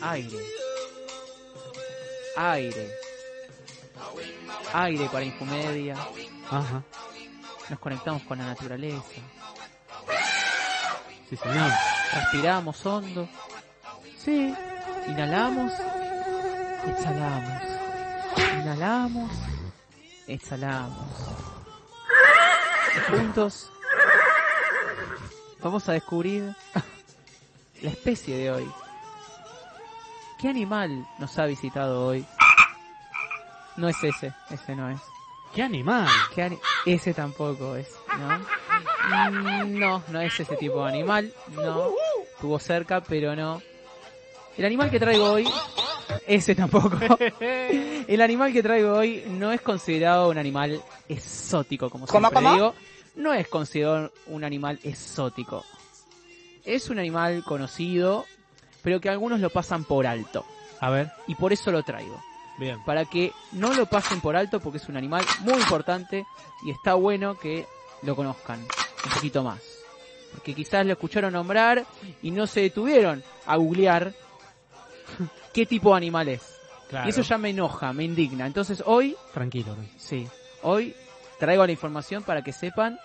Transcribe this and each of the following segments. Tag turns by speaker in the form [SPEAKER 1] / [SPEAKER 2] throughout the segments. [SPEAKER 1] aire, aire, aire para Infomedia.
[SPEAKER 2] Ajá.
[SPEAKER 1] Nos conectamos con la naturaleza,
[SPEAKER 2] Sí, señor.
[SPEAKER 1] respiramos hondo,
[SPEAKER 2] Sí.
[SPEAKER 1] inhalamos, exhalamos, inhalamos, exhalamos. Y juntos vamos a descubrir la especie de hoy. ¿Qué animal nos ha visitado hoy? No es ese, ese no es.
[SPEAKER 2] ¡Qué animal!
[SPEAKER 1] ¿Qué ani- ese tampoco es, ¿no? Mm, No, no es ese tipo de animal, no. Estuvo cerca, pero no. El animal que traigo hoy, ese tampoco. El animal que traigo hoy no es considerado un animal exótico, como
[SPEAKER 3] ¿Cómo,
[SPEAKER 1] siempre
[SPEAKER 3] cómo?
[SPEAKER 1] digo. No es considerado un animal exótico. Es un animal conocido, pero que algunos lo pasan por alto.
[SPEAKER 2] A ver,
[SPEAKER 1] Y por eso lo traigo
[SPEAKER 2] bien.
[SPEAKER 1] para que no lo pasen por alto porque es un animal muy importante y está bueno que lo conozcan un poquito más. Porque quizás lo escucharon nombrar y no se detuvieron a googlear qué tipo de animal es.
[SPEAKER 2] Claro.
[SPEAKER 1] Y eso ya me enoja, me indigna. Entonces hoy,
[SPEAKER 2] Tranquilo, Luis.
[SPEAKER 1] sí, hoy traigo la información para que sepan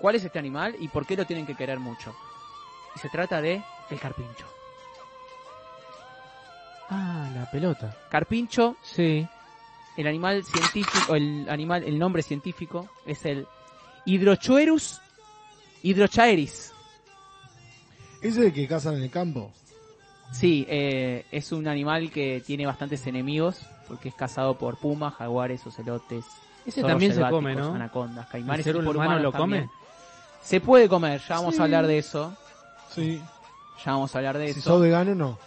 [SPEAKER 1] cuál es este animal y por qué lo tienen que querer mucho. Y se trata de el carpincho.
[SPEAKER 2] Ah, la pelota.
[SPEAKER 1] Carpincho
[SPEAKER 2] Sí.
[SPEAKER 1] el animal científico, el animal, el nombre científico es el Hydrochoerus hydrochaeris.
[SPEAKER 4] ¿Ese de que cazan en el campo?
[SPEAKER 1] Sí, eh, es un animal que tiene bastantes enemigos porque es cazado por pumas, jaguares, ocelotes,
[SPEAKER 2] Ese
[SPEAKER 1] zorros
[SPEAKER 2] también se
[SPEAKER 1] selváticos,
[SPEAKER 2] come, ¿no?
[SPEAKER 1] anacondas,
[SPEAKER 2] ¿El
[SPEAKER 1] caimanes.
[SPEAKER 2] ser
[SPEAKER 1] y por
[SPEAKER 2] humano
[SPEAKER 1] humanos
[SPEAKER 2] lo
[SPEAKER 1] también.
[SPEAKER 2] come?
[SPEAKER 1] Se puede comer, ya vamos a hablar de eso,
[SPEAKER 4] Sí.
[SPEAKER 1] ya vamos a hablar de
[SPEAKER 4] Si
[SPEAKER 1] eso.
[SPEAKER 4] sos vegano, no.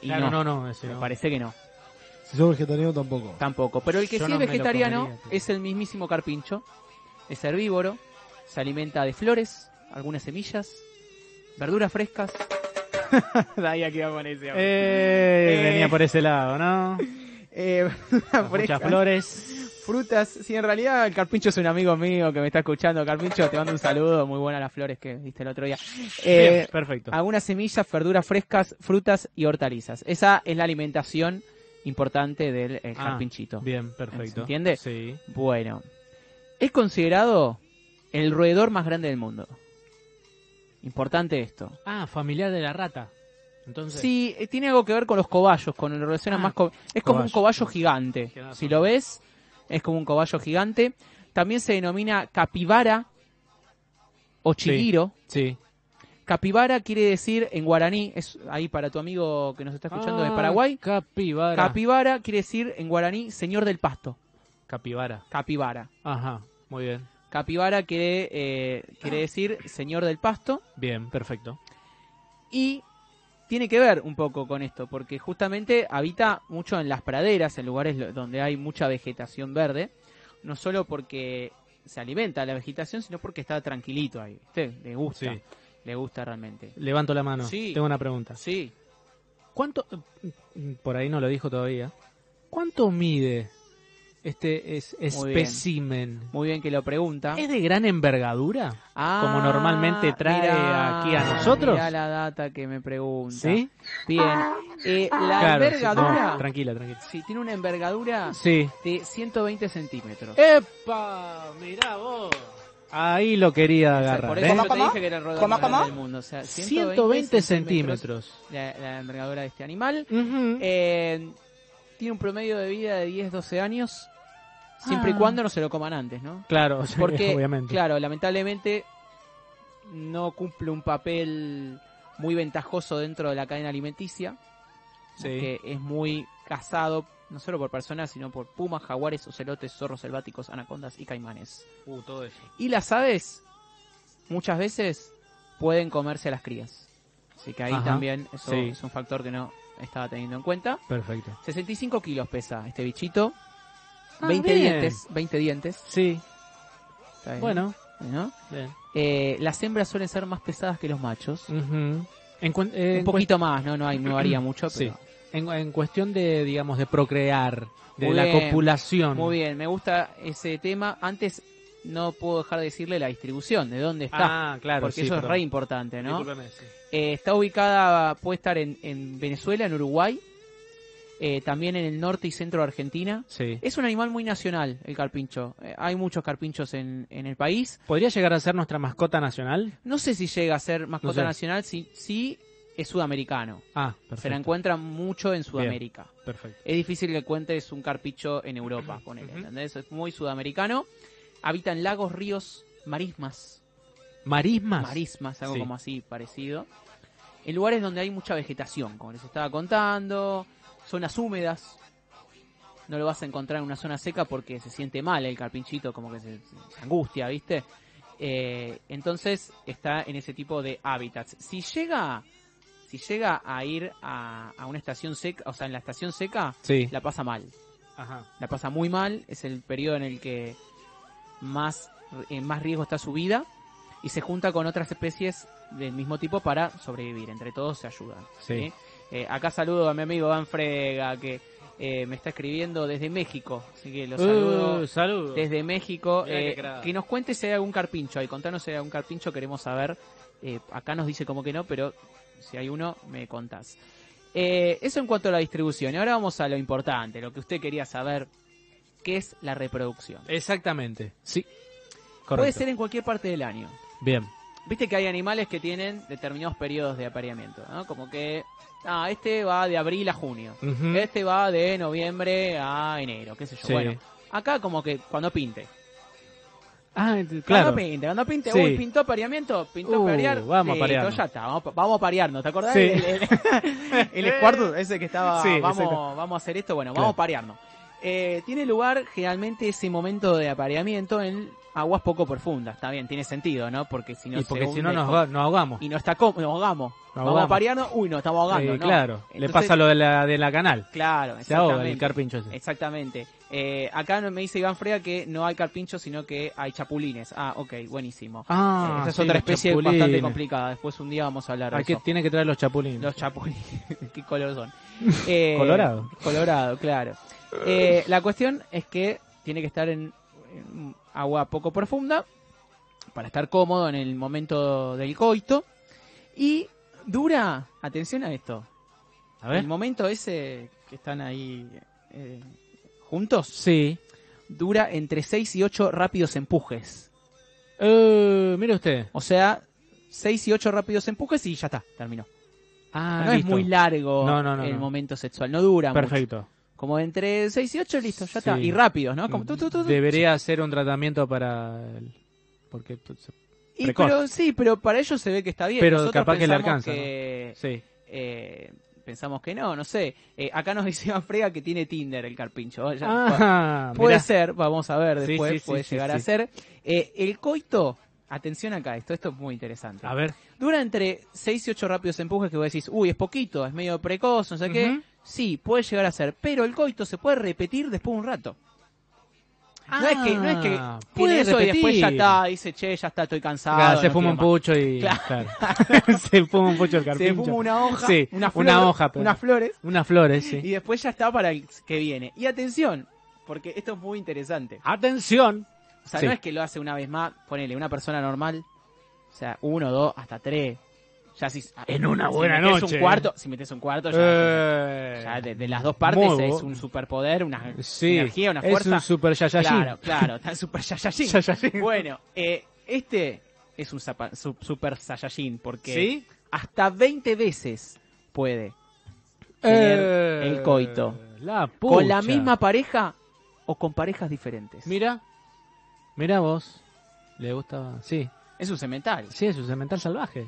[SPEAKER 1] y
[SPEAKER 2] Claro,
[SPEAKER 1] no,
[SPEAKER 2] no, Eh, no, ese
[SPEAKER 1] me
[SPEAKER 2] no.
[SPEAKER 1] parece que no,
[SPEAKER 4] Si sos vegetariano, tampoco.
[SPEAKER 1] tampoco. Pero el que
[SPEAKER 2] Yo
[SPEAKER 1] sí
[SPEAKER 2] no
[SPEAKER 1] es
[SPEAKER 2] me lo
[SPEAKER 1] vegetariano
[SPEAKER 2] comería, tío.
[SPEAKER 1] es el mismísimo carpincho, es herbívoro, se alimenta de flores, algunas semillas, verduras frescas Daía que iba con ese. ahora.
[SPEAKER 2] Eh,
[SPEAKER 1] Eh.
[SPEAKER 2] Venía por ese lado, ¿no?
[SPEAKER 1] Eh, verduras
[SPEAKER 2] Muchas
[SPEAKER 1] frescas,
[SPEAKER 2] flores.
[SPEAKER 1] frutas. Sí, en realidad el Carpincho es un amigo mío que me está escuchando. Carpincho, te mando un saludo. Muy buenas las flores que viste el otro día. Eh,
[SPEAKER 2] Bien, perfecto.
[SPEAKER 1] algunas semillas, verduras frescas, frutas y hortalizas. Esa es la alimentación importante del eh,
[SPEAKER 2] Ah,
[SPEAKER 1] carpinchito.
[SPEAKER 2] Bien, perfecto.
[SPEAKER 1] ¿Se entiende?
[SPEAKER 2] Sí.
[SPEAKER 1] Bueno, es considerado el roedor más grande del mundo. Importante esto.
[SPEAKER 2] Ah, familiar de la rata. Entonces.
[SPEAKER 1] Sí, eh, tiene algo que ver con los cobayos, con lo relacionan
[SPEAKER 2] Ah,
[SPEAKER 1] más con... Es como un
[SPEAKER 2] cobayos.
[SPEAKER 1] cobayo gigante.
[SPEAKER 2] Qué dato.
[SPEAKER 1] Si lo ves, es como un cobayo gigante. También se denomina capibara o chigiro.
[SPEAKER 2] Sí.
[SPEAKER 1] Capibara quiere decir en guaraní, es ahí para tu amigo que nos está escuchando de
[SPEAKER 2] Ah,
[SPEAKER 1] Paraguay.
[SPEAKER 2] Capibara.
[SPEAKER 1] Capibara quiere decir en guaraní señor del pasto.
[SPEAKER 2] Capibara.
[SPEAKER 1] Capibara.
[SPEAKER 2] Ajá, muy bien.
[SPEAKER 1] Capibara quiere, eh, quiere
[SPEAKER 2] Ah.
[SPEAKER 1] decir señor del pasto.
[SPEAKER 2] Bien, perfecto.
[SPEAKER 1] Y tiene que ver un poco con esto, porque justamente habita mucho en las praderas, en lugares lo- donde hay mucha vegetación verde, no solo porque se alimenta la vegetación, sino porque está tranquilito ahí, ¿viste? Le gusta,
[SPEAKER 2] Sí.
[SPEAKER 1] le gusta realmente.
[SPEAKER 2] Levanto la mano.
[SPEAKER 1] Sí.
[SPEAKER 2] Tengo una pregunta.
[SPEAKER 1] Sí,
[SPEAKER 2] ¿Cuánto. mm, Por ahí no lo dijo todavía. ¿Cuánto mide este es,
[SPEAKER 1] Muy bien.
[SPEAKER 2] espécimen?
[SPEAKER 1] muy bien que lo pregunta.
[SPEAKER 2] ¿Es de gran envergadura?
[SPEAKER 1] Ah,
[SPEAKER 2] como normalmente trae aquí a nosotros.
[SPEAKER 1] Mirá la data que me pregunta.
[SPEAKER 2] ¿Sí?
[SPEAKER 1] Bien. Eh, la
[SPEAKER 2] Claro, sí, no,
[SPEAKER 1] envergadura,
[SPEAKER 2] tranquila, tranquila.
[SPEAKER 1] sí, tiene una envergadura
[SPEAKER 2] Sí.
[SPEAKER 1] de 120 centímetros.
[SPEAKER 2] ¡Epa! Mirá vos. Ahí lo quería agarrar.
[SPEAKER 1] Por
[SPEAKER 2] ¿eh?
[SPEAKER 1] eso yo te
[SPEAKER 3] ¿Cómo,
[SPEAKER 1] dije que era el roedor
[SPEAKER 3] ¿Cómo,
[SPEAKER 1] más grande
[SPEAKER 3] cómo?
[SPEAKER 1] del mundo. O sea,
[SPEAKER 2] 120, centímetros.
[SPEAKER 1] La, la envergadura de este animal.
[SPEAKER 2] Ujú.
[SPEAKER 1] Eh, tiene un promedio de vida de 10-12 años. Siempre
[SPEAKER 2] Ah.
[SPEAKER 1] y cuando no se lo coman antes, ¿no?
[SPEAKER 2] claro, sí,
[SPEAKER 1] Porque,
[SPEAKER 2] obviamente.
[SPEAKER 1] claro, lamentablemente no cumple un papel muy ventajoso dentro de la cadena alimenticia.
[SPEAKER 2] Sí.
[SPEAKER 1] Porque es muy cazado, no solo por personas, sino por pumas, jaguares, ocelotes, zorros selváticos, anacondas y caimanes.
[SPEAKER 2] Uh, todo eso.
[SPEAKER 1] Y las aves muchas veces pueden comerse a las crías. Así que ahí
[SPEAKER 2] Ajá,
[SPEAKER 1] también eso
[SPEAKER 2] sí.
[SPEAKER 1] es un factor que no estaba teniendo en cuenta.
[SPEAKER 2] Perfecto.
[SPEAKER 1] 65 kilos pesa este bichito.
[SPEAKER 2] Ah,
[SPEAKER 1] 20
[SPEAKER 2] bien.
[SPEAKER 1] dientes. 20 dientes.
[SPEAKER 2] Sí,
[SPEAKER 1] Está bien,
[SPEAKER 2] bueno.
[SPEAKER 1] ¿no?
[SPEAKER 2] bien.
[SPEAKER 1] Eh, las hembras suelen ser más pesadas que los machos.
[SPEAKER 2] Ujú. En, cuen-
[SPEAKER 1] un
[SPEAKER 2] eh, Mm, en Mm,
[SPEAKER 1] poquito más, no, no, hay, no varía mucho.
[SPEAKER 2] Sí.
[SPEAKER 1] Pero...
[SPEAKER 2] cuen- en, en cuestión de, digamos, de procrear, de
[SPEAKER 1] Muy
[SPEAKER 2] la
[SPEAKER 1] bien.
[SPEAKER 2] copulación.
[SPEAKER 1] Muy bien, me gusta ese tema. Antes no puedo dejar de decirle la distribución, de dónde está,
[SPEAKER 2] Ah, claro.
[SPEAKER 1] porque
[SPEAKER 2] sí,
[SPEAKER 1] eso
[SPEAKER 2] perdón.
[SPEAKER 1] es re importante, ¿no?
[SPEAKER 2] Discúlpeme, sí.
[SPEAKER 1] Eh, está ubicada, puede estar en, en Venezuela, en Uruguay, eh, también en el norte y centro de Argentina.
[SPEAKER 2] Sí.
[SPEAKER 1] Es un animal muy nacional, el carpincho. Eh, hay muchos carpinchos en, en el país.
[SPEAKER 2] ¿Podría llegar a ser nuestra mascota nacional?
[SPEAKER 1] No sé si llega a ser mascota
[SPEAKER 2] sé.
[SPEAKER 1] nacional, si, si es sudamericano.
[SPEAKER 2] Ah,
[SPEAKER 1] Se la
[SPEAKER 2] perfecto.
[SPEAKER 1] encuentra mucho en Sudamérica.
[SPEAKER 2] Perfecto.
[SPEAKER 1] Es difícil que encuentres un carpicho en Europa, ponele,
[SPEAKER 2] Ujú.
[SPEAKER 1] ¿entendés? Es muy sudamericano. Habita en lagos, ríos, marismas.
[SPEAKER 2] Marismas.
[SPEAKER 1] marismas, algo
[SPEAKER 2] Sí.
[SPEAKER 1] como así parecido. En lugares donde hay mucha vegetación, como les estaba contando, zonas húmedas. No lo vas a encontrar en una zona seca porque se siente mal el carpinchito, como que se, se angustia, ¿viste? Eh, entonces está en ese tipo de hábitats. Si llega, si llega a ir a, a una estación seca, o sea, en la estación seca,
[SPEAKER 2] Sí.
[SPEAKER 1] la pasa mal
[SPEAKER 2] Ajá.
[SPEAKER 1] la pasa muy mal, es el periodo en el que más, en más riesgo está su vida y se junta con otras especies del mismo tipo para sobrevivir, entre todos se ayudan.
[SPEAKER 2] Sí.
[SPEAKER 1] ¿sí? Eh, acá saludo a mi amigo Dan Frega que eh, me está escribiendo desde México, así que lo saludo.
[SPEAKER 2] Uh, saludos.
[SPEAKER 1] Desde México,
[SPEAKER 2] Mirá qué
[SPEAKER 1] eh,
[SPEAKER 2] crack.
[SPEAKER 1] que nos cuente si hay algún carpincho ahí, contanos si hay algún carpincho, queremos saber. Eh, acá nos dice como que no, pero si hay uno, me contás. Eh, eso en cuanto a la distribución. Y ahora vamos a lo importante, lo que usted quería saber, que es la reproducción.
[SPEAKER 2] Exactamente. Sí. Correcto.
[SPEAKER 1] Puede ser en cualquier parte del año.
[SPEAKER 2] Bien.
[SPEAKER 1] Viste que hay animales que tienen determinados periodos de apareamiento, ¿no? Como que, ah, este va de abril a junio.
[SPEAKER 2] Ujú.
[SPEAKER 1] Este va de noviembre a enero, qué sé yo.
[SPEAKER 2] Mm. Sí.
[SPEAKER 1] Bueno, acá como que cuando pinte.
[SPEAKER 2] Ah, ent-
[SPEAKER 1] Cuando
[SPEAKER 2] claro.
[SPEAKER 1] pinte, cuando pinte,
[SPEAKER 2] Sí.
[SPEAKER 1] uy, pintó pareamiento, pintó
[SPEAKER 2] Uh,
[SPEAKER 1] parear.
[SPEAKER 2] vamos a
[SPEAKER 1] listo,
[SPEAKER 2] parearnos.
[SPEAKER 1] Ya está, vamos, pa- vamos a parearnos, ¿te acordás?
[SPEAKER 2] Sí.
[SPEAKER 1] El, el- el Squirtle ese que estaba,
[SPEAKER 2] Sí,
[SPEAKER 1] vamos,
[SPEAKER 2] exacto.
[SPEAKER 1] vamos a hacer esto, bueno,
[SPEAKER 2] Claro.
[SPEAKER 1] vamos a parearnos. Eh, tiene lugar generalmente ese momento de apareamiento en aguas poco profundas, está bien, tiene sentido, ¿no? Porque si no
[SPEAKER 2] y
[SPEAKER 1] se
[SPEAKER 2] porque si
[SPEAKER 1] hunde
[SPEAKER 2] no nos,
[SPEAKER 1] con-
[SPEAKER 2] va- nos ahogamos.
[SPEAKER 1] Y no está cómodo, nos ahogamos. Vamos a
[SPEAKER 2] ahogamos.
[SPEAKER 1] parearnos, uy, nos estamos ahogando,
[SPEAKER 2] Eh,
[SPEAKER 1] ¿no?
[SPEAKER 2] Claro. Le
[SPEAKER 1] Entonces-
[SPEAKER 2] pasa lo de la, de la canal.
[SPEAKER 1] Claro,
[SPEAKER 2] Se ahoga el
[SPEAKER 1] exactamente.
[SPEAKER 2] carpincho ese.
[SPEAKER 1] Exactamente. Eh, acá me dice Iván Frega que no hay carpinchos, sino que hay chapulines. Ah, ok, buenísimo.
[SPEAKER 2] Ah,
[SPEAKER 1] Eh, esa es
[SPEAKER 2] sí,
[SPEAKER 1] otra
[SPEAKER 2] los
[SPEAKER 1] especie
[SPEAKER 2] chapulines.
[SPEAKER 1] bastante complicada. Después un día vamos a hablar de
[SPEAKER 2] Hay que-
[SPEAKER 1] eso.
[SPEAKER 2] tiene que traer los chapulines.
[SPEAKER 1] Los chapulines. ¿Qué color son? Eh,
[SPEAKER 2] Colorado.
[SPEAKER 1] Colorado, claro. Eh, la cuestión es que tiene que estar en, en agua poco profunda para estar cómodo en el momento del coito. Y dura, atención a esto,
[SPEAKER 2] A
[SPEAKER 1] el
[SPEAKER 2] ver.
[SPEAKER 1] momento ese que están ahí eh, juntos
[SPEAKER 2] Sí.
[SPEAKER 1] dura entre 6 y 8 rápidos empujes.
[SPEAKER 2] Eh, mire usted.
[SPEAKER 1] O sea, 6 y 8 rápidos empujes y ya está, terminó.
[SPEAKER 2] Ah,
[SPEAKER 1] no
[SPEAKER 2] listo.
[SPEAKER 1] es muy largo
[SPEAKER 2] No, no, no,
[SPEAKER 1] el
[SPEAKER 2] no.
[SPEAKER 1] momento sexual, no dura mucho.
[SPEAKER 2] Perfecto.
[SPEAKER 1] Como entre 6 y 8, listo, ya está.
[SPEAKER 2] Sí. Mm,
[SPEAKER 1] Y rápidos, ¿no? Como tu, tu, tu, tu.
[SPEAKER 2] Debería hacer un tratamiento para el- porque t- se-
[SPEAKER 1] Y
[SPEAKER 2] precoz.
[SPEAKER 1] pero, sí, pero para ellos se ve que está bien.
[SPEAKER 2] Pero
[SPEAKER 1] Nosotros
[SPEAKER 2] capaz que le
[SPEAKER 1] pensamos
[SPEAKER 2] alcanza, ¿no?
[SPEAKER 1] que,
[SPEAKER 2] sí.
[SPEAKER 1] eh, pensamos que no, no sé. Eh, acá nos dice Frega que tiene Tinder el carpincho. Ya-
[SPEAKER 2] Ah,
[SPEAKER 1] Puede
[SPEAKER 2] mirá.
[SPEAKER 1] ser, vamos a ver
[SPEAKER 2] Sí,
[SPEAKER 1] después,
[SPEAKER 2] sí, sí,
[SPEAKER 1] puede
[SPEAKER 2] sí,
[SPEAKER 1] llegar a
[SPEAKER 2] sí.
[SPEAKER 1] ser. Eh, el coito, atención acá, esto, esto es muy interesante.
[SPEAKER 2] A ver.
[SPEAKER 1] Dura entre 6 y 8 rápidos empujes que vos decís, uy, es poquito, es medio precoz, no sé qué.
[SPEAKER 2] Ujú.
[SPEAKER 1] Sí, puede llegar a ser, pero el coito se puede repetir después de un rato. no es que, no es que
[SPEAKER 2] Ah,
[SPEAKER 1] tiene
[SPEAKER 2] puede
[SPEAKER 1] eso y después ya
[SPEAKER 2] repetir.
[SPEAKER 1] está, dice, che, ya está, estoy cansado.
[SPEAKER 2] Claro, se
[SPEAKER 1] no
[SPEAKER 2] fuma
[SPEAKER 1] quiero
[SPEAKER 2] un
[SPEAKER 1] más".
[SPEAKER 2] pucho y
[SPEAKER 1] Claro.
[SPEAKER 2] claro. se fuma un pucho el
[SPEAKER 1] Se
[SPEAKER 2] carpincho.
[SPEAKER 1] fuma una hoja,
[SPEAKER 2] Sí,
[SPEAKER 1] una, flor,
[SPEAKER 2] una hoja, pero-
[SPEAKER 1] unas flores.
[SPEAKER 2] Unas flores, sí.
[SPEAKER 1] Y después ya está para el que viene. Y atención, porque esto es muy interesante.
[SPEAKER 2] Atención.
[SPEAKER 1] O sea,
[SPEAKER 2] Sí.
[SPEAKER 1] no es que lo hace una vez más, ponele, una persona normal, o sea, uno, dos, hasta tres. Ya si,
[SPEAKER 2] En una
[SPEAKER 1] si
[SPEAKER 2] buena
[SPEAKER 1] metés
[SPEAKER 2] noche.
[SPEAKER 1] Un cuarto, si metes un cuarto, ya,
[SPEAKER 2] Eh,
[SPEAKER 1] ya de, de las dos partes
[SPEAKER 2] muy
[SPEAKER 1] es
[SPEAKER 2] bu-
[SPEAKER 1] un superpoder, una
[SPEAKER 2] sí.
[SPEAKER 1] energía, una
[SPEAKER 2] Es
[SPEAKER 1] fuerza.
[SPEAKER 2] un super yayayín.
[SPEAKER 1] claro, claro, tan super Saiyajin.
[SPEAKER 2] Yayayín.
[SPEAKER 1] Bueno, eh, este es un zapa- su- super Saiyajin, porque
[SPEAKER 2] ¿Sí?
[SPEAKER 1] hasta 20 veces puede. Tener
[SPEAKER 2] Eh,
[SPEAKER 1] el coito.
[SPEAKER 2] La
[SPEAKER 1] Con la
[SPEAKER 2] pucha.
[SPEAKER 1] misma pareja o con parejas diferentes.
[SPEAKER 2] Mira. Mira vos. Le gusta. Sí.
[SPEAKER 1] Es un cemental.
[SPEAKER 2] Sí, es un cemental salvaje.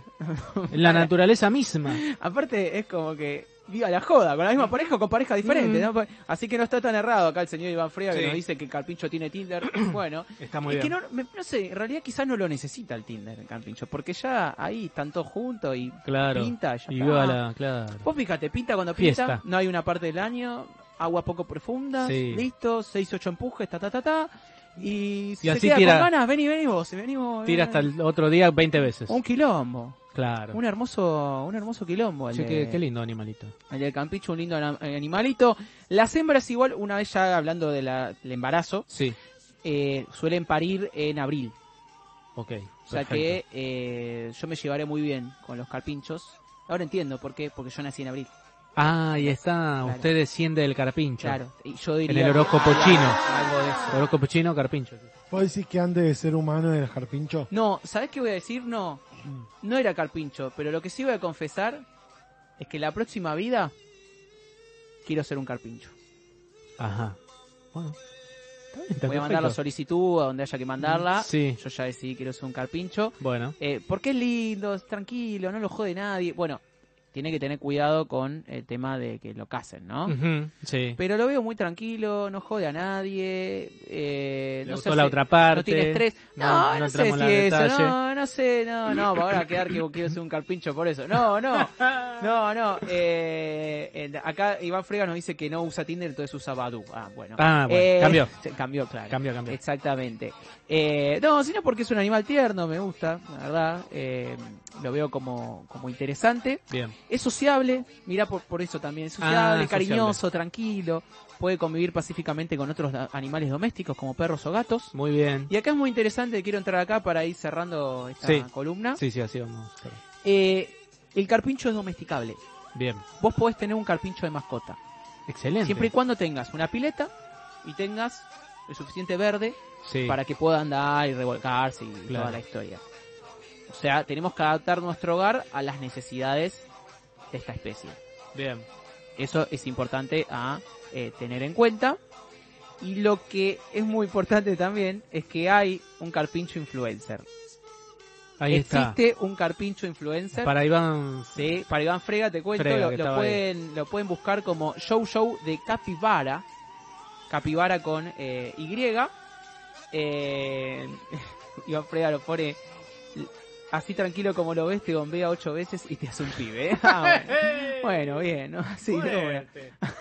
[SPEAKER 2] la naturaleza misma.
[SPEAKER 1] Aparte, es como que viva la joda, con la misma pareja o con pareja diferente.
[SPEAKER 2] Mm.
[SPEAKER 1] ¿no? Pues, Así que no está tan errado acá el señor Iván Frega que
[SPEAKER 2] Sí.
[SPEAKER 1] nos dice que Carpincho tiene Tinder. bueno,
[SPEAKER 2] Está
[SPEAKER 1] y que no, me- no sé, en realidad quizás no lo necesita el Tinder, el Carpincho, porque ya ahí están todos juntos y
[SPEAKER 2] Claro.
[SPEAKER 1] pinta. Ya
[SPEAKER 2] Y
[SPEAKER 1] está.
[SPEAKER 2] viva la, claro.
[SPEAKER 1] Vos fíjate, pinta cuando
[SPEAKER 2] Fiesta.
[SPEAKER 1] pinta, no hay una parte del año, agua poco profunda,
[SPEAKER 2] Sí.
[SPEAKER 1] listo, 6-8 empujes, ta ta ta ta. Y si se
[SPEAKER 2] Y así
[SPEAKER 1] queda
[SPEAKER 2] tira-
[SPEAKER 1] con ganas, vení, vení vos, vení vos.
[SPEAKER 2] Tira hasta el otro día 20 veces.
[SPEAKER 1] Un quilombo,
[SPEAKER 2] Claro.
[SPEAKER 1] un hermoso, un hermoso quilombo. el
[SPEAKER 2] Che,
[SPEAKER 1] de-
[SPEAKER 2] qué, qué lindo animalito.
[SPEAKER 1] El del campicho, un eh, lindo ana- animalito. Las hembras igual, una vez ya hablando de la- del embarazo,
[SPEAKER 2] Sí.
[SPEAKER 1] eh, suelen parir en abril.
[SPEAKER 2] Ok.
[SPEAKER 1] O sea que eh, yo me llevaré muy bien con los carpinchos. Ahora entiendo por qué, porque yo nací en abril.
[SPEAKER 2] Ah, ahí está.
[SPEAKER 1] Claro.
[SPEAKER 2] Usted desciende del carpincho.
[SPEAKER 1] Claro. Y yo diría
[SPEAKER 2] En el horóscopo chino.
[SPEAKER 1] algo de eso.
[SPEAKER 2] Horóscopo chino, carpincho.
[SPEAKER 4] ¿Vos decís que antes de ser humano era el jarpincho?
[SPEAKER 1] No, ¿sabes qué voy a decir? No,
[SPEAKER 2] Mm.
[SPEAKER 1] no era carpincho, pero lo que sí voy a confesar es que la próxima vida quiero ser un carpincho.
[SPEAKER 2] Ajá. Bueno. Está bien, está
[SPEAKER 1] Voy a mandar la
[SPEAKER 2] perfecto.
[SPEAKER 1] solicitud a donde haya que mandarla.
[SPEAKER 2] Sí.
[SPEAKER 1] Yo ya decidí quiero ser un carpincho.
[SPEAKER 2] Bueno.
[SPEAKER 1] Eh, porque es lindo, es tranquilo, no lo jode nadie. Bueno, tiene que tener cuidado con el tema de que lo casen, ¿no?
[SPEAKER 2] Ujú, Sí.
[SPEAKER 1] Pero lo veo muy tranquilo, no jode a nadie. Eh,
[SPEAKER 2] Le
[SPEAKER 1] no se
[SPEAKER 2] gustó la
[SPEAKER 1] hace-
[SPEAKER 2] otra parte.
[SPEAKER 1] No tiene estrés.
[SPEAKER 2] No,
[SPEAKER 1] No,
[SPEAKER 2] no
[SPEAKER 1] no, sé
[SPEAKER 2] entramos
[SPEAKER 1] si
[SPEAKER 2] en
[SPEAKER 1] eso.
[SPEAKER 2] detalle.
[SPEAKER 1] No, no sé. No, no, ahora va a quedar que vos quiero ser un carpincho por eso. No, no.
[SPEAKER 2] Ah.
[SPEAKER 1] No, no. Eh, el- acá Iván Frega nos dice que no usa Tinder, entonces usa Badu. Ah, bueno. Eh,
[SPEAKER 2] Ah, bueno, cambió.
[SPEAKER 1] se- Cambió, claro.
[SPEAKER 2] Cambió, cambió.
[SPEAKER 1] Exactamente. Eh, no, sino porque es un animal tierno, me gusta, la verdad. Eh, lo veo como, como interesante.
[SPEAKER 2] Bien.
[SPEAKER 1] Es sociable, mirá por, por eso también, es
[SPEAKER 2] Ah,
[SPEAKER 1] sociable,
[SPEAKER 2] sociable.
[SPEAKER 1] cariñoso, tranquilo, puede convivir pacíficamente con otros da- animales domésticos como perros o gatos.
[SPEAKER 2] Muy bien.
[SPEAKER 1] Y acá es muy interesante, quiero entrar acá para ir cerrando esta
[SPEAKER 2] Sí.
[SPEAKER 1] columna.
[SPEAKER 2] Sí, sí, así vamos.
[SPEAKER 1] Eh, el carpincho es domesticable.
[SPEAKER 2] Bien.
[SPEAKER 1] Vos podés tener un carpincho de mascota,
[SPEAKER 2] Excelente.
[SPEAKER 1] siempre y cuando tengas una pileta y tengas el suficiente verde
[SPEAKER 2] Sí.
[SPEAKER 1] para que pueda andar y revolcarse y
[SPEAKER 2] Claro.
[SPEAKER 1] toda la historia. O sea, tenemos que adaptar nuestro hogar a las necesidades de esta especie.
[SPEAKER 2] Bien.
[SPEAKER 1] Eso es importante a eh, tener en cuenta. Y lo que es muy importante también es que hay un carpincho influencer.
[SPEAKER 2] Ahí está.
[SPEAKER 1] Existe un carpincho influencer.
[SPEAKER 2] Para Iván.
[SPEAKER 1] Sí, para Iván Frega te cuento,
[SPEAKER 2] Frega,
[SPEAKER 1] lo,
[SPEAKER 2] que
[SPEAKER 1] lo
[SPEAKER 2] estaba ahí.
[SPEAKER 1] pueden, lo pueden buscar como Show Show de Capibara. Capibara con eh, Y. Eh, Iván Frega lo pone así tranquilo como lo ves, te bombea ocho veces y te hace un pibe. Ah, bueno. Bueno, bien, ¿no? Así, no, bueno.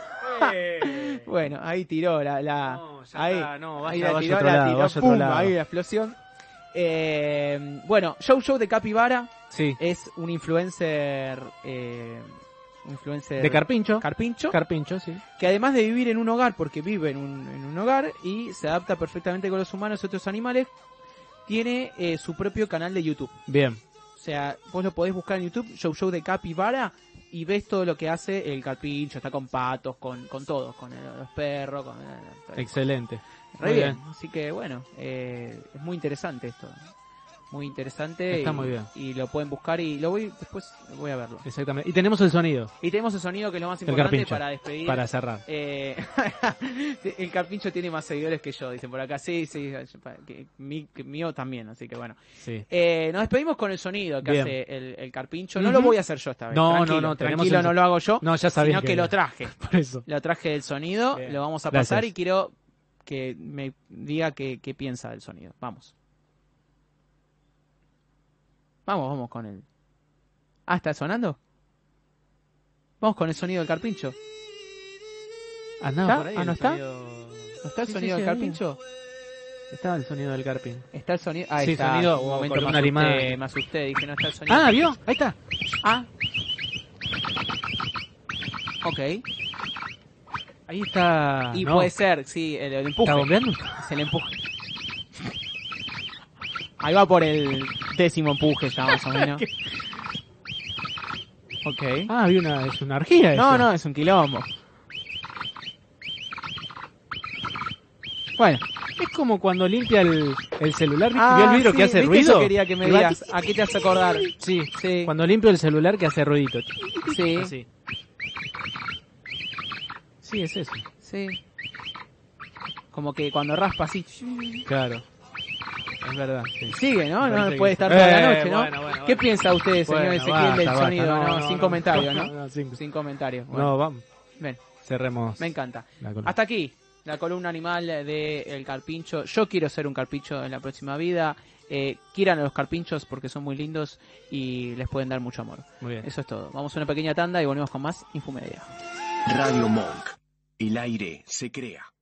[SPEAKER 1] Bueno, ahí tiró la. la
[SPEAKER 2] No, Eh, ya
[SPEAKER 1] ahí,
[SPEAKER 2] está, no, vaya,
[SPEAKER 1] ahí la
[SPEAKER 2] vaya
[SPEAKER 1] tiró,
[SPEAKER 2] otro
[SPEAKER 1] la
[SPEAKER 2] lado,
[SPEAKER 1] tiró,
[SPEAKER 2] vaya otro
[SPEAKER 1] pum,
[SPEAKER 2] lado.
[SPEAKER 1] ahí la explosión. Eh, bueno, Show Show de Capibara
[SPEAKER 2] Sí.
[SPEAKER 1] es un influencer. Eh, un influencer.
[SPEAKER 2] De Carpincho.
[SPEAKER 1] Carpincho,
[SPEAKER 2] Carpincho, sí.
[SPEAKER 1] que además de vivir en un hogar, porque vive en un, en un hogar y se adapta perfectamente con los humanos y otros animales, tiene eh, su propio canal de YouTube.
[SPEAKER 2] Bien.
[SPEAKER 1] O sea, vos lo podés buscar en YouTube, Show Show de Capibara, y ves todo lo que hace el carpincho, está con patos, con, con todos, con eh, los perros, con... eh, todo.
[SPEAKER 2] Excelente.
[SPEAKER 1] Re
[SPEAKER 2] Muy
[SPEAKER 1] bien.
[SPEAKER 2] bien.
[SPEAKER 1] Así que bueno, eh, es muy interesante esto. Muy interesante.
[SPEAKER 2] Está
[SPEAKER 1] y,
[SPEAKER 2] muy bien.
[SPEAKER 1] Y lo pueden buscar y lo voy, después voy a verlo.
[SPEAKER 2] Exactamente. Y tenemos el sonido
[SPEAKER 1] Y tenemos el sonido que es lo más
[SPEAKER 2] El
[SPEAKER 1] importante
[SPEAKER 2] carpincho.
[SPEAKER 1] para despedir.
[SPEAKER 2] para cerrar.
[SPEAKER 1] Eh, el carpincho tiene más seguidores que yo, dicen por acá. Sí, sí, que- mi- que mío también, así que bueno.
[SPEAKER 2] Sí.
[SPEAKER 1] Eh, nos despedimos con el sonido que
[SPEAKER 2] Bien.
[SPEAKER 1] hace el, el carpincho. No
[SPEAKER 2] Ujú.
[SPEAKER 1] lo voy a hacer yo esta vez.
[SPEAKER 2] No,
[SPEAKER 1] tranquilo,
[SPEAKER 2] no, no, tenemos
[SPEAKER 1] tranquilo,
[SPEAKER 2] el-
[SPEAKER 1] no lo hago yo,
[SPEAKER 2] No, ya sabía.
[SPEAKER 1] sino que lo traje.
[SPEAKER 2] Por eso.
[SPEAKER 1] Lo traje del sonido,
[SPEAKER 2] Bien.
[SPEAKER 1] lo vamos a
[SPEAKER 2] Gracias.
[SPEAKER 1] pasar y quiero que me diga qué, qué piensa del sonido. Vamos. Vamos, vamos con el. Ah, ¿está sonando? Vamos con el sonido del carpincho.
[SPEAKER 2] Andaba
[SPEAKER 1] ¿Está?
[SPEAKER 2] por ahí
[SPEAKER 1] Ah,
[SPEAKER 2] el
[SPEAKER 1] ¿no está?
[SPEAKER 2] sonido-
[SPEAKER 1] ¿No está el
[SPEAKER 2] Sí, sí,
[SPEAKER 1] sonido
[SPEAKER 2] sí,
[SPEAKER 1] del
[SPEAKER 2] había.
[SPEAKER 1] carpincho?
[SPEAKER 2] Estaba el sonido del carping.
[SPEAKER 1] Está el sonido. Ahí
[SPEAKER 2] Sí,
[SPEAKER 1] está.
[SPEAKER 2] sonido,
[SPEAKER 1] Un momento
[SPEAKER 2] columna
[SPEAKER 1] me asusté,
[SPEAKER 2] animada.
[SPEAKER 1] me asusté, dije, no está el sonido.
[SPEAKER 2] Ah, ¿vio? Ahí está.
[SPEAKER 1] Ah. Ok.
[SPEAKER 2] Ahí está.
[SPEAKER 1] y
[SPEAKER 2] Ah,
[SPEAKER 1] pues,
[SPEAKER 2] no.
[SPEAKER 1] puede ser, sí, el, el empuje.
[SPEAKER 2] ¿Está bombeando?
[SPEAKER 1] Es el empuje. Ahí va por el décimo empuje ya, más o menos. ok.
[SPEAKER 2] Ah, había una, es una orgía
[SPEAKER 1] No,
[SPEAKER 2] eso.
[SPEAKER 1] no, es un quilombo. Bueno.
[SPEAKER 2] Es como cuando limpia el, el celular, ¿viste?
[SPEAKER 1] Ah,
[SPEAKER 2] ¿Vio el vidrio
[SPEAKER 1] sí,
[SPEAKER 2] que hace
[SPEAKER 1] ¿viste? Eso
[SPEAKER 2] ruido?
[SPEAKER 1] quería que me
[SPEAKER 2] Y va-
[SPEAKER 1] digas. ¿A qué te hace acordar?
[SPEAKER 2] Sí.
[SPEAKER 1] Sí.
[SPEAKER 2] Cuando limpio el celular que hace ruidito.
[SPEAKER 1] Sí.
[SPEAKER 2] Así. Sí, es eso.
[SPEAKER 1] Sí. Como que cuando raspa así.
[SPEAKER 2] Claro. Es verdad. sí.
[SPEAKER 1] Sigue, ¿no?
[SPEAKER 2] Parece
[SPEAKER 1] No
[SPEAKER 2] que
[SPEAKER 1] puede
[SPEAKER 2] sí.
[SPEAKER 1] estar toda la
[SPEAKER 2] Eh,
[SPEAKER 1] noche, ¿no?
[SPEAKER 2] bueno, bueno,
[SPEAKER 1] ¿Qué
[SPEAKER 2] bueno.
[SPEAKER 1] piensa usted, señor
[SPEAKER 2] Bueno,
[SPEAKER 1] Ezequiel,
[SPEAKER 2] basta,
[SPEAKER 1] del
[SPEAKER 2] basta,
[SPEAKER 1] sonido?
[SPEAKER 2] no,
[SPEAKER 1] No,
[SPEAKER 2] no,
[SPEAKER 1] sin
[SPEAKER 2] no.
[SPEAKER 1] comentarios, ¿no?
[SPEAKER 2] No, sin-
[SPEAKER 1] Sin comentarios. Bueno,
[SPEAKER 2] No, vamos.
[SPEAKER 1] ven,
[SPEAKER 2] Cerremos.
[SPEAKER 1] me encanta.
[SPEAKER 2] la columna.
[SPEAKER 1] Hasta aquí la columna animal de El Carpincho. Yo quiero ser un carpincho en la próxima vida. Eh, quieran a los carpinchos porque son muy lindos y les pueden dar mucho amor.
[SPEAKER 2] Muy bien.
[SPEAKER 1] Eso es todo. Vamos a una pequeña tanda y volvemos con más Infumedia.
[SPEAKER 3] Radio Monk. El aire se crea.